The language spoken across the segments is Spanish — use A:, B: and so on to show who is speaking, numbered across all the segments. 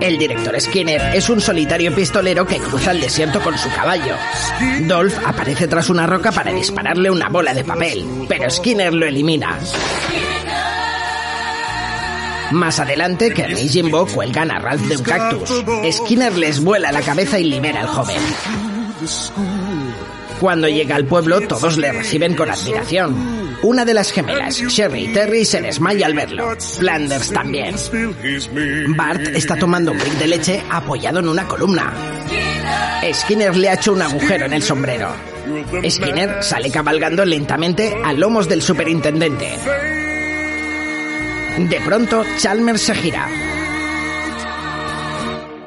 A: El director Skinner es un solitario pistolero que cruza el desierto con su caballo. Dolph aparece tras una roca para dispararle una bola de papel, pero Skinner lo elimina. Más adelante, Kerry y Jimbo cuelgan a Ralph de un cactus. Skinner les vuela la cabeza y libera al joven. Cuando llega al pueblo, todos le reciben con admiración. Una de las gemelas, Sherry y Terry, se desmaya al verlo. Flanders también. Bart está tomando un brick de leche apoyado en una columna. Skinner le ha hecho un agujero en el sombrero. Skinner sale cabalgando lentamente a lomos del superintendente. De pronto, Chalmers se gira.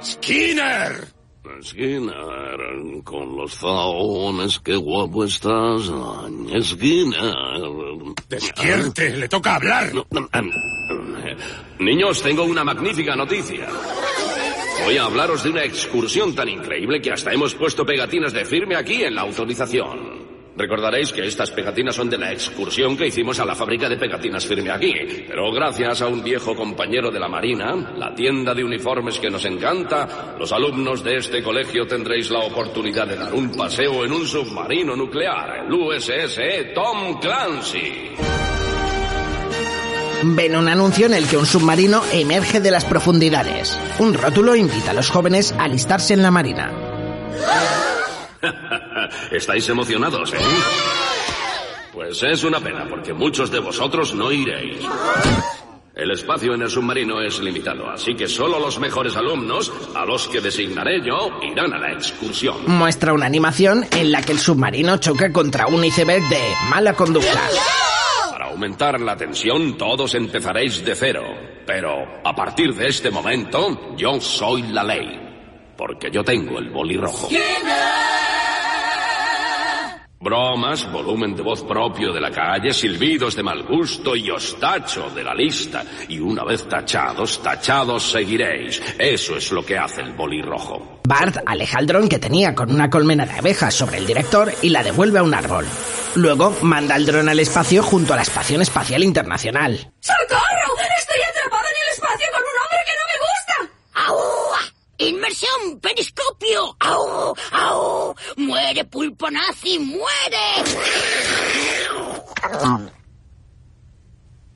B: ¡Skinner!
C: Pues, Skinner, con los zaones, qué guapo estás. Skinner.
B: Despierte, le toca hablar.
C: em, Niños, tengo una magnífica noticia. Voy a hablaros de una excursión tan increíble que hasta hemos puesto pegatinas de firme aquí en la autorización. Recordaréis que estas pegatinas son de la excursión que hicimos a la fábrica de pegatinas firme aquí. Pero gracias a un viejo compañero de la Marina, la tienda de uniformes que nos encanta, los alumnos de este colegio tendréis la oportunidad de dar un paseo en un submarino nuclear, el USS E. Tom Clancy.
A: Ven un anuncio en el que un submarino emerge de las profundidades. Un rótulo invita a los jóvenes a alistarse en la Marina.
C: Estáis emocionados, ¿eh? Pues es una pena, porque muchos de vosotros no iréis. El espacio en el submarino es limitado, así que solo los mejores alumnos, a los que designaré yo, irán a la excursión.
A: Muestra una animación en la que el submarino choca contra un iceberg de mala conducta.
C: Para aumentar la tensión, todos empezaréis de cero. Pero a partir de este momento, yo soy la ley. Porque yo tengo el boli rojo. Bromas, volumen de voz propio de la calle, silbidos de mal gusto y os tacho de la lista. Y una vez tachados, tachados seguiréis. Eso es lo que hace el boli rojo.
A: Bart aleja el dron que tenía con una colmena de abejas sobre el director y la devuelve a un árbol. Luego manda el dron al espacio junto a la Estación Espacial Internacional.
D: ¡Socorro! ¡Estoy atrapado en el espacio con un hombre que no me gusta!
E: ¡Au! ¡Inmersión! ¡Periscopio! ¡Au! ¡Au! ¡Muere, pulpo nazi! ¡Muere!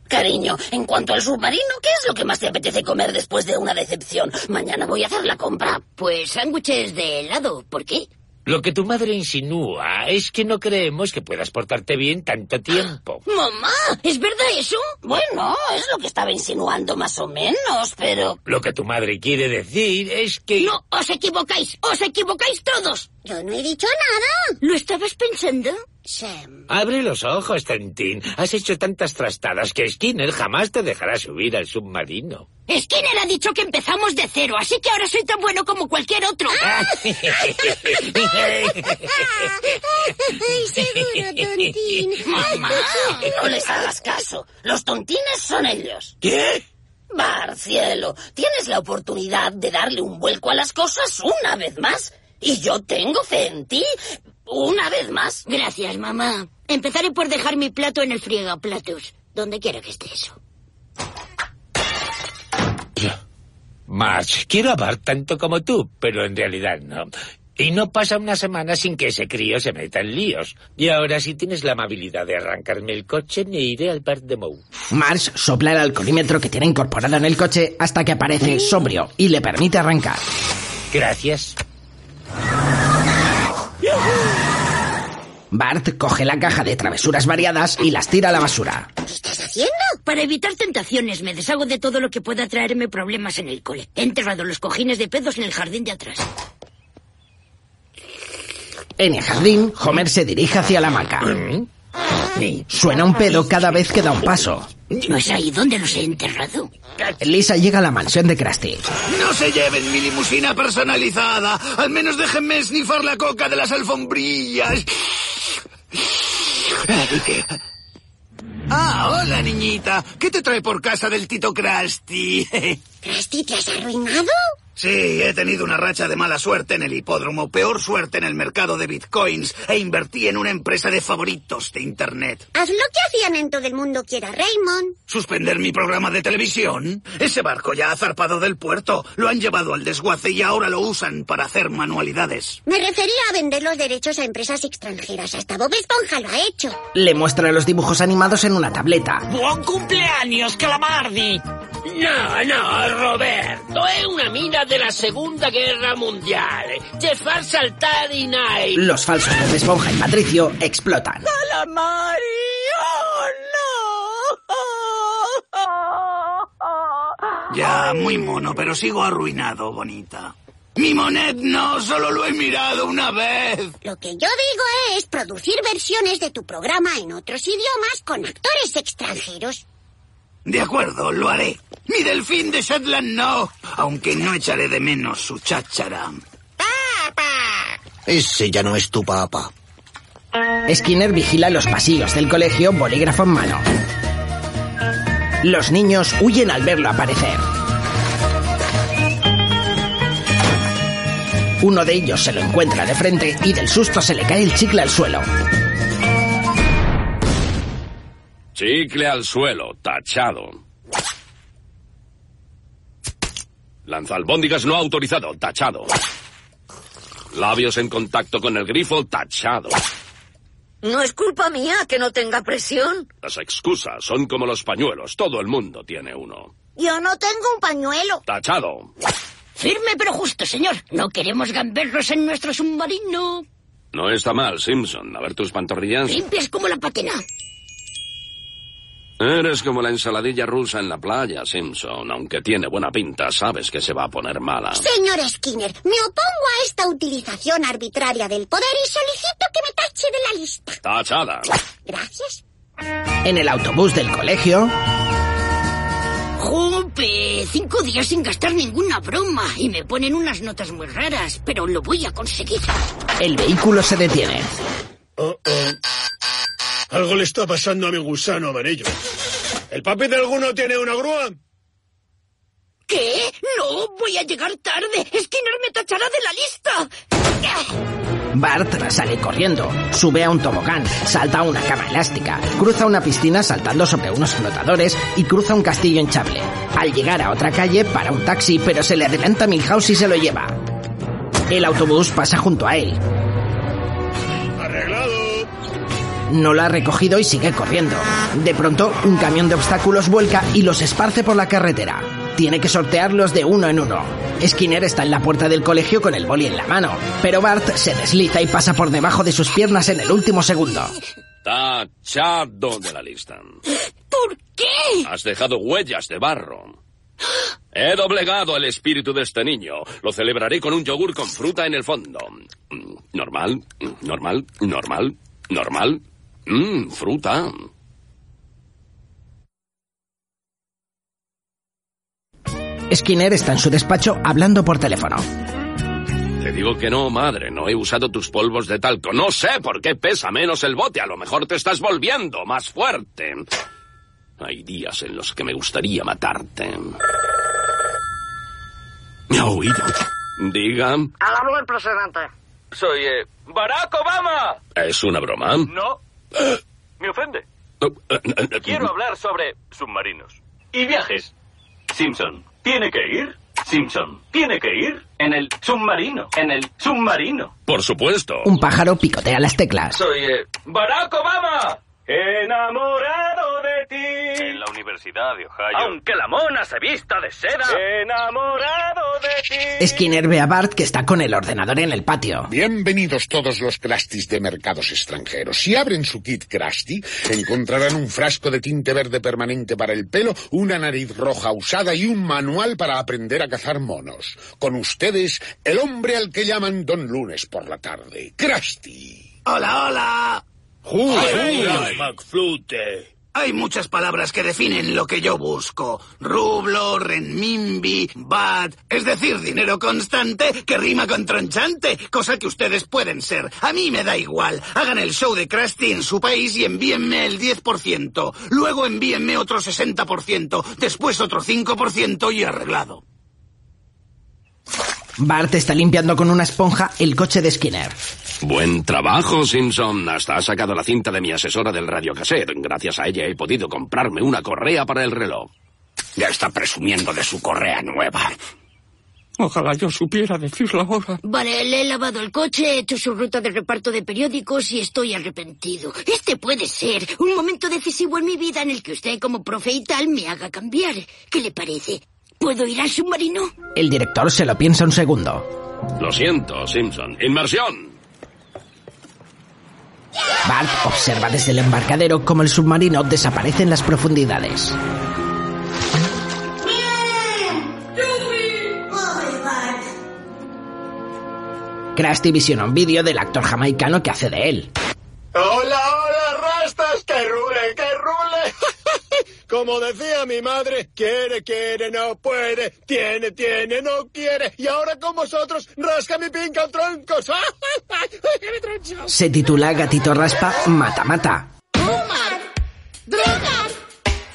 E: Cariño, en cuanto al submarino, ¿qué es lo que más te apetece comer después de una decepción? Mañana voy a hacer la compra. Pues sándwiches de helado. ¿Por qué?
F: Lo que tu madre insinúa es que no creemos que puedas portarte bien tanto tiempo.
E: ¡Mamá! ¿Es verdad eso? Bueno, es lo que estaba insinuando más o menos, pero...
F: Lo que tu madre quiere decir es que...
E: No, os equivocáis, os equivocáis todos.
G: Yo no he dicho nada.
E: ¿Lo estabas pensando?
G: Sam.
F: Abre los ojos, Tentín. Has hecho tantas trastadas que Skinner jamás te dejará subir al submarino.
E: Skinner ha dicho que empezamos de cero, así que ahora soy tan bueno como cualquier otro. Ah.
G: Ay, seguro, tontín.
E: Mamá, no les hagas caso. Los tontines son ellos.
F: ¿Qué?
E: Bar, cielo, tienes la oportunidad de darle un vuelco a las cosas una vez más. Y yo tengo fe en ti. Una vez más.
G: Gracias, mamá. Empezaré por dejar mi plato en el friegaplatos, donde quiera que esté eso.
F: Más, quiero hablar tanto como tú, pero en realidad no. Y no pasa una semana sin que ese crío se meta en líos. Y ahora si tienes la amabilidad de arrancarme el coche, me iré al bar de Moe.
A: Marsh sopla el alcoholímetro que tiene incorporado en el coche hasta que aparece sobrio y le permite arrancar.
F: Gracias.
A: Bart coge la caja de travesuras variadas y las tira a la basura.
G: ¿Qué estás haciendo?
D: Para evitar tentaciones, me deshago de todo lo que pueda traerme problemas en el cole. He enterrado los cojines de pedos en el jardín de atrás.
A: En el jardín, Homer se dirige hacia la hamaca. Suena un pedo cada vez que da un paso.
G: ¿No
E: Pues
G: es ahí donde los he enterrado?
A: Lisa llega a la mansión de Krusty.
H: No se lleven mi limusina personalizada. Al menos déjenme snifar la coca de las alfombrillas. Ah, hola, niñita. ¿Qué te trae por casa del Tito Krusty?
G: ¿Krusty, te has arruinado?
H: Sí, he tenido una racha de mala suerte en el hipódromo, peor suerte en el mercado de bitcoins e invertí en una empresa de favoritos de Internet.
I: Haz lo que hacían en todo el mundo quiera, Raymond.
H: ¿Suspender mi programa de televisión? Ese barco ya ha zarpado del puerto, lo han llevado al desguace y ahora lo usan para hacer manualidades.
I: Me refería a vender los derechos a empresas extranjeras. Hasta Bob Esponja lo ha hecho.
A: Le muestra los dibujos animados en una tableta.
J: ¡Buen cumpleaños, Calamardi!
K: No, no, Roberto, è una mina della seconda guerra mondiale. C'è far saltare i nai.
A: Los falsos Bob Esponja y Patricio explotan.
J: ¡Calamari!
H: Ya, muy mono, pero sigo arruinado, bonita. Mi monet no, solo lo he mirado una vez.
I: Lo que yo digo es producir versiones de tu programa en otros idiomas con actores extranjeros.
H: De acuerdo, lo haré. Mi delfín de Shetland no, aunque no echaré de menos su cháchara.
L: Ese ya no es tu papá.
A: Skinner vigila los pasillos del colegio, bolígrafo en mano. Los niños huyen al verlo aparecer. Uno de ellos se lo encuentra de frente y del susto se le cae el chicle al suelo.
C: Chicle al suelo, tachado. Lanzalbóndigas no autorizado, tachado. Labios en contacto con el grifo, tachado.
M: No es culpa mía que no tenga presión.
C: Las excusas son como los pañuelos, todo el mundo tiene uno.
I: Yo no tengo un pañuelo.
C: Tachado.
D: Firme pero justo, señor. No queremos gamberros en nuestro submarino.
C: No está mal, Simpson. A ver tus pantorrillas.
D: Limpias como la patena.
C: Eres como la ensaladilla rusa en la playa, Simpson. Aunque tiene buena pinta, sabes que se va a poner mala.
I: Señor Skinner, me opongo a esta utilización arbitraria del poder y solicito que me tache de la lista.
C: Tachada.
I: Gracias.
A: En el autobús del colegio,
D: ¡Jope! Cinco días sin gastar ninguna broma y me ponen unas notas muy raras, pero lo voy a conseguir.
A: el vehículo se detiene.
B: Oh, oh. Algo le está pasando a mi gusano amarillo. ¿El papi de alguno tiene una grúa?
D: ¿Qué? No, voy a llegar tarde. Skinner me tachará de la lista. ¡Ah!
A: Bart sale corriendo, sube a un tobogán, salta a una cama elástica, cruza una piscina saltando sobre unos flotadores y cruza un castillo hinchable. Al llegar a otra calle, para un taxi, pero se le adelanta Milhouse y se lo lleva. El autobús pasa junto a él.
B: Arreglado.
A: No lo ha recogido y sigue corriendo. De pronto, un camión de obstáculos vuelca y los esparce por la carretera. Tiene que sortearlos de uno en uno. Skinner está en la puerta del colegio con el boli en la mano, pero Bart se desliza y pasa por debajo de sus piernas en el último segundo.
C: Tachado de la lista.
D: ¿Por qué?
C: Has dejado huellas de barro. He doblegado el espíritu de este niño. Lo celebraré con un yogur con fruta en el fondo. Mm, Normal, mm, normal, normal, normal. Mmm, fruta.
A: Skinner está en su despacho hablando por teléfono.
C: Te digo que no, madre, no he usado tus polvos de talco. No sé por qué pesa menos el bote. A lo mejor te estás volviendo más fuerte. Hay días en los que me gustaría matarte. ¿Me ha oído? Diga,
N: Al habla el presidente.
K: Soy eh, Barack Obama.
C: ¿es una broma? eh,
N: No. Me ofende. Quiero hablar sobre submarinos. Y viajes. Simpson, ¿tiene que ir? Simpson, ¿tiene que ir? En el submarino. En el submarino.
C: Por supuesto.
A: Un pájaro picotea las teclas.
K: Soy eh, Barack Obama.
N: Enamorado de ti.
H: En la Universidad de Ohio.
K: Aunque la mona se vista de seda.
N: Enamorado de ti.
A: Skinner ve a Bart que está con el ordenador en el patio.
O: Bienvenidos todos los Krustis de mercados extranjeros. Si abren su kit Krusty, encontrarán un frasco de tinte verde permanente para el pelo, una nariz roja usada y un manual para aprender a cazar monos. Con ustedes, el hombre al que llaman Don Lunes por la tarde, Krusty.
H: ¡Hola, hola!
B: Ay, McFlute.
H: Hay muchas palabras que definen lo que yo busco. Rublo, renminbi, bat, es decir, dinero constante que rima con tronchante, cosa que ustedes pueden ser. A mí me da igual. Hagan el show de Krusty en su país y envíenme el 10%. Luego envíenme otro 60%, después otro 5% y arreglado.
A: Bart está limpiando con una esponja el coche de Skinner.
C: Buen trabajo, Simpson. Hasta has sacado la cinta de mi asesora del radiocassette. Gracias a ella he podido comprarme una correa para el reloj.
P: Ya está presumiendo de su correa nueva.
Q: Ojalá yo supiera decirlo ahora.
E: Vale, le he lavado el coche, he hecho su ruta de reparto de periódicos y estoy arrepentido. Este puede ser un momento decisivo en mi vida en el que usted, como profe y tal, me haga cambiar. ¿Qué le parece? ¿Puedo ir al submarino?
A: El director se lo piensa un segundo.
C: Lo siento, Simpson. Inmersión.
A: Bart observa desde el embarcadero cómo el submarino desaparece en las profundidades. Krusty visiona un vídeo del actor jamaicano que hace de él.
R: ¡Hola, hola, rastas! ¡Que rule, que rule! Como decía mi madre, quiere, quiere, no puede, tiene, tiene, no quiere. Y ahora con vosotros, rasca mi pinca, troncos. ¡Qué me troncho!
A: Se titula Gatito Raspa Mata Mata.
I: ¡Drogas!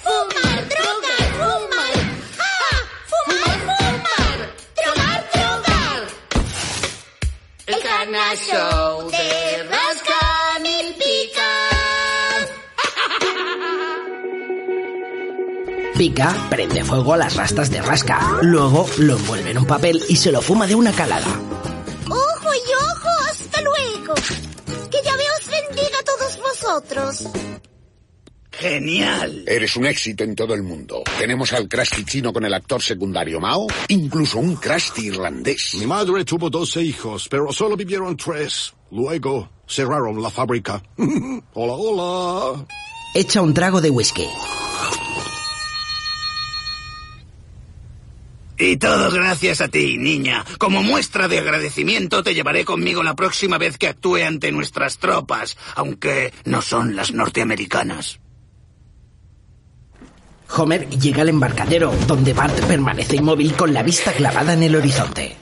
I: ¡Fumar, drogas, fumar! ¡Ja! ¡Fumar, fumar! ¡Drogar, drogar! El canal show de Rasca Mil Picas.
A: Pica prende fuego a las rastas de Rasca. Luego lo envuelve en un papel y se lo fuma de una calada.
S: ¡Ojo y ojo! ¡Hasta luego! Que ya os bendiga a todos vosotros.
O: Genial. Eres un éxito en todo el mundo. Tenemos al Krusty chino con el actor secundario Mao, incluso un Krusty irlandés.
T: Mi madre tuvo 12 hijos, pero solo vivieron tres. Luego cerraron la fábrica. hola, hola.
A: Echa un trago de whisky.
H: Y todo gracias a ti, niña. Como muestra de agradecimiento te llevaré conmigo la próxima vez que actúe ante nuestras tropas, aunque no son las norteamericanas.
A: Homer llega al embarcadero, donde Bart permanece inmóvil con la vista clavada en el horizonte.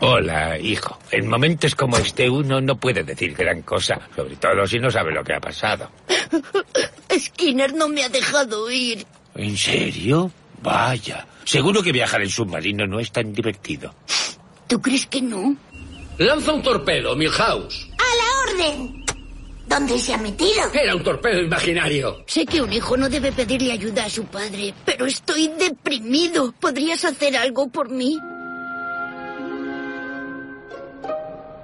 F: Hola, hijo. En momentos como este uno no puede decir gran cosa, sobre todo si no sabe lo que ha pasado.
E: Skinner no me ha dejado ir.
F: ¿En serio? Vaya. Seguro que viajar en submarino no es tan divertido.
E: ¿Tú crees que no?
U: Lanza un torpedo, Milhouse.
S: ¡A la orden! ¿Dónde se ha metido?
U: Era un torpedo imaginario.
E: Sé que un hijo no debe pedirle ayuda a su padre, pero estoy deprimido. ¿Podrías hacer algo por mí?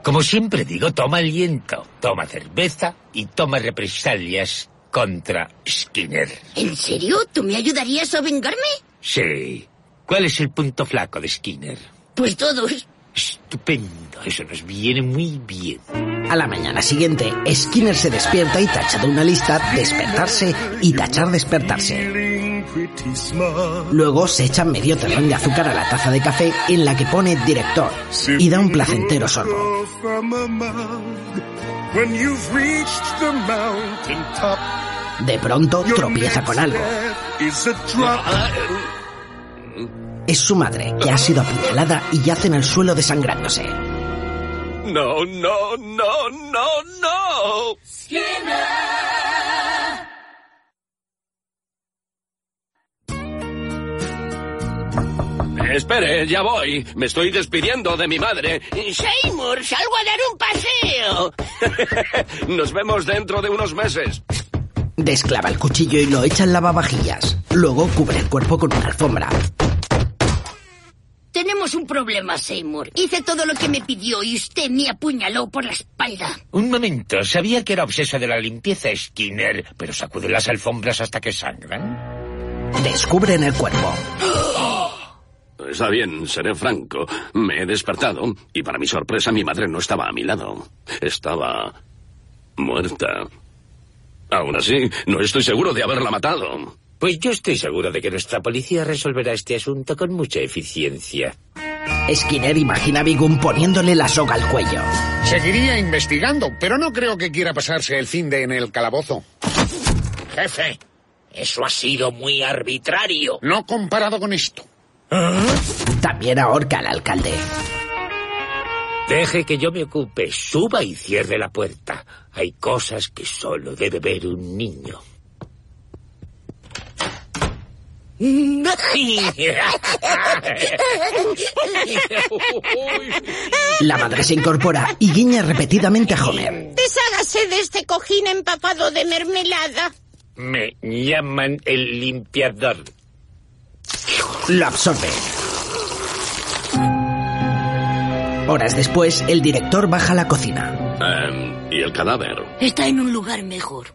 F: Como siempre digo, toma aliento, toma cerveza y toma represalias contra Skinner.
E: ¿En serio? ¿Tú me ayudarías a vengarme?
F: Sí. ¿Cuál es el punto flaco de Skinner?
E: Pues todos.
F: Estupendo, eso nos viene muy bien.
A: A la mañana siguiente, Skinner se despierta y tacha de una lista despertarse y tachar despertarse. Luego se echa medio terrón de azúcar a la taza de café en la que pone director y da un placentero sorbo. De pronto tropieza con algo. Es su madre, que ha sido apuñalada y yace en el suelo desangrándose.
C: No, no, no, no, no. Espere, ya voy. Me estoy despidiendo de mi madre.
U: Seymour, salgo a dar un paseo.
C: Nos vemos dentro de unos meses.
A: Desclava el cuchillo y lo echa en lavavajillas. Luego cubre el cuerpo con una alfombra.
V: Tenemos un problema, Seymour. Hice todo lo que me pidió y usted me apuñaló por la espalda.
F: Un momento, sabía que era obsesa de la limpieza, Skinner, pero sacude las alfombras hasta que sangran.
A: Descubren el cuerpo.
C: Está bien, seré franco. Me he despertado y para mi sorpresa mi madre no estaba a mi lado. Estaba muerta. Aún así, no estoy seguro de haberla matado.
F: Pues yo estoy seguro de que nuestra policía resolverá este asunto con mucha eficiencia.
A: Skinner imagina a Bigum poniéndole la soga al cuello.
O: Seguiría investigando, pero no creo que quiera pasarse el fin de en el calabozo.
U: Jefe, eso ha sido muy arbitrario.
O: No comparado con esto.
A: También ahorca al alcalde.
F: Deje que yo me ocupe, suba y cierre la puerta. Hay cosas que solo debe ver un niño.
A: La madre se incorpora y guiña repetidamente a Homer.
I: Deshágase de este cojín empapado de mermelada.
F: Me llaman el limpiador.
A: Lo absorbe. Horas después, el director baja a la cocina.
C: Em, ¿Y el cadáver?
D: Está en un lugar mejor.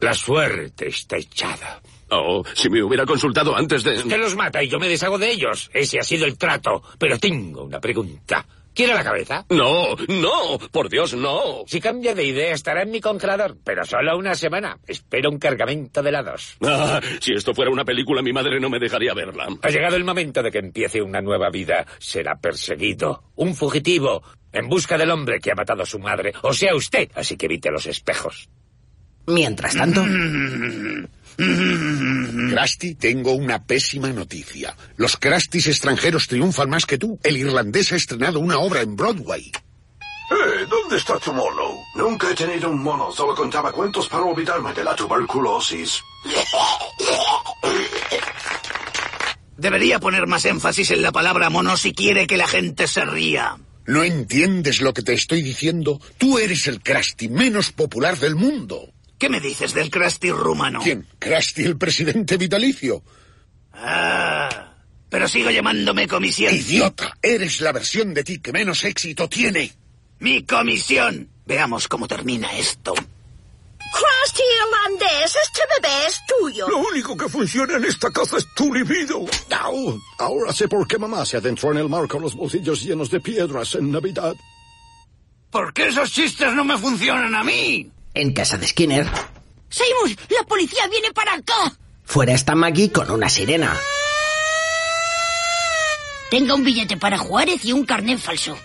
F: La suerte está echada.
C: Oh, si me hubiera consultado antes
F: Usted
C: de...
F: los mata y yo me deshago de ellos. Ese ha sido el trato. Pero tengo una pregunta. ¿Quiere la cabeza?
C: No, no, por Dios, no.
F: Si cambia de idea, estará en mi congelador, pero solo una semana. Espero un cargamento de helados.
C: Ah, si esto fuera una película, mi madre no me dejaría verla.
F: Ha llegado el momento de que empiece una nueva vida. Será perseguido, un fugitivo, en busca del hombre que ha matado a su madre, o sea usted, así que evite los espejos.
A: Mientras tanto...
O: Krusty, tengo una pésima noticia. Los Krustys extranjeros triunfan más que tú. El irlandés ha estrenado una obra en Broadway.
W: Eh, ¿Dónde está tu mono? Nunca he tenido un mono, solo contaba cuentos para olvidarme de la tuberculosis.
H: Debería poner más énfasis en la palabra mono si quiere que la gente se ría.
O: ¿No entiendes lo que te estoy diciendo? Tú eres el Krusty menos popular del mundo.
H: ¿Qué me dices del Krusty rumano?
O: ¿Quién? ¿Krusty el presidente vitalicio?
H: Ah, pero sigo llamándome comisión.
O: ¡Idiota! Eres la versión de ti que menos éxito tiene.
H: ¡Mi comisión! Veamos cómo termina esto.
J: Krusty irlandés, este bebé es tuyo.
X: Lo único que funciona en esta casa es tu libido.
W: ¡Au!
X: Ahora sé por qué mamá se adentró en el mar con los bolsillos llenos de piedras en Navidad.
H: ¿Por qué esos chistes no me funcionan a mí?
A: En casa de Skinner,
G: Seymour, la policía viene para acá.
A: fuera está Maggie con una sirena.
D: Tenga un billete para Juárez y un carnet falso.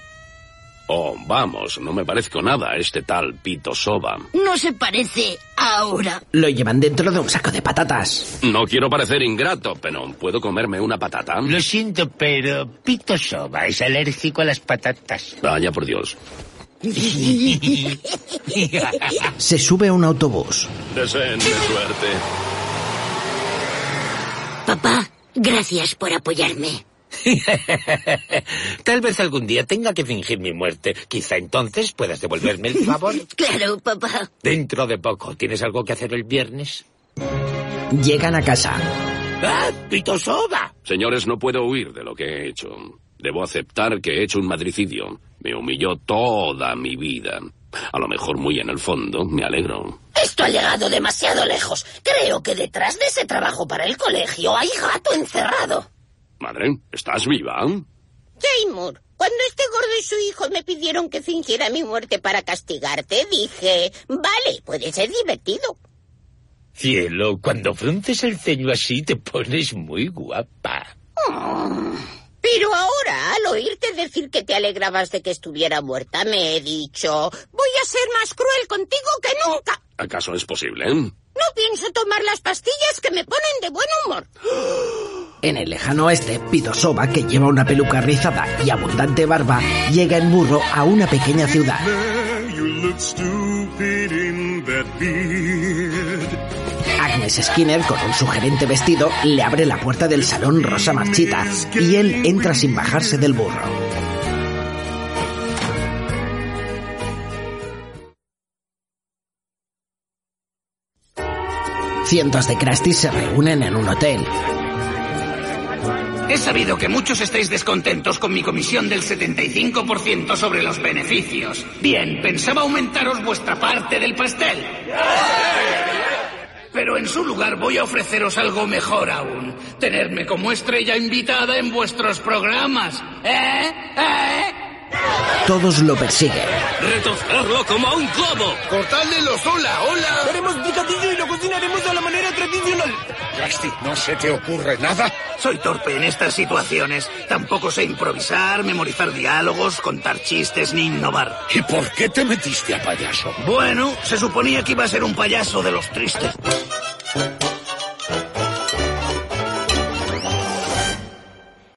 C: Oh, vamos, no me parezco nada a este tal Pito Soba.
D: No se parece ahora.
A: Lo llevan dentro de un saco de patatas.
C: No quiero parecer ingrato, pero ¿puedo comerme una patata?
F: Lo siento, pero Pito Soba es alérgico a las patatas.
C: Vaya por Dios.
A: Se sube a un autobús.
C: Deseen de suerte.
D: Papá, gracias por apoyarme.
F: Tal vez algún día tenga que fingir mi muerte. Quizá entonces puedas devolverme el favor.
D: Claro, papá.
F: Dentro de poco. ¿Tienes algo que hacer el viernes?
A: Llegan a casa.
F: ¡Ah, Pito Soba!
C: Señores, no puedo huir de lo que he hecho. Debo aceptar que he hecho un madricidio. Me humilló toda mi vida. A lo mejor muy en el fondo, me alegro.
E: Esto ha llegado demasiado lejos. Creo que detrás de ese trabajo para el colegio hay gato encerrado.
C: Madre, ¿estás viva?
I: Seymour, cuando este gordo y su hijo me pidieron que fingiera mi muerte para castigarte, dije, vale, puede ser divertido.
F: Cielo, cuando frunces el ceño así te pones muy guapa.
I: Pero ahora, al oírte decir que te alegrabas de que estuviera muerta, me he dicho, voy a ser más cruel contigo que nunca.
C: ¿Acaso es posible?
I: No pienso tomar las pastillas que me ponen de buen humor.
A: En el lejano oeste, Pito Soba, que lleva una peluca rizada y abundante barba, llega en burro a una pequeña ciudad. Agnes Skinner, con un sugerente vestido, le abre la puerta del salón rosa marchita y él entra sin bajarse del burro. Cientos de Krusty se reúnen en un hotel.
H: He sabido que muchos estáis descontentos con mi comisión del 75% sobre los beneficios. Bien, pensaba aumentaros vuestra parte del pastel. Pero en su lugar voy a ofreceros algo mejor aún. Tenerme como estrella invitada en vuestros programas. ¿Eh? ¿Eh?
A: Todos lo persiguen.
K: ¡Retozarlo como a un globo!
H: ¡Cortadle los hola, hola!
K: Haremos picadillo y lo cocinaremos de la manera tradicional.
O: Krusty, ¿no se te ocurre nada?
H: Soy torpe en estas situaciones. Tampoco sé improvisar, memorizar diálogos, contar chistes ni innovar.
O: ¿Y por qué te metiste a payaso?
H: Bueno, se suponía que iba a ser un payaso de los tristes.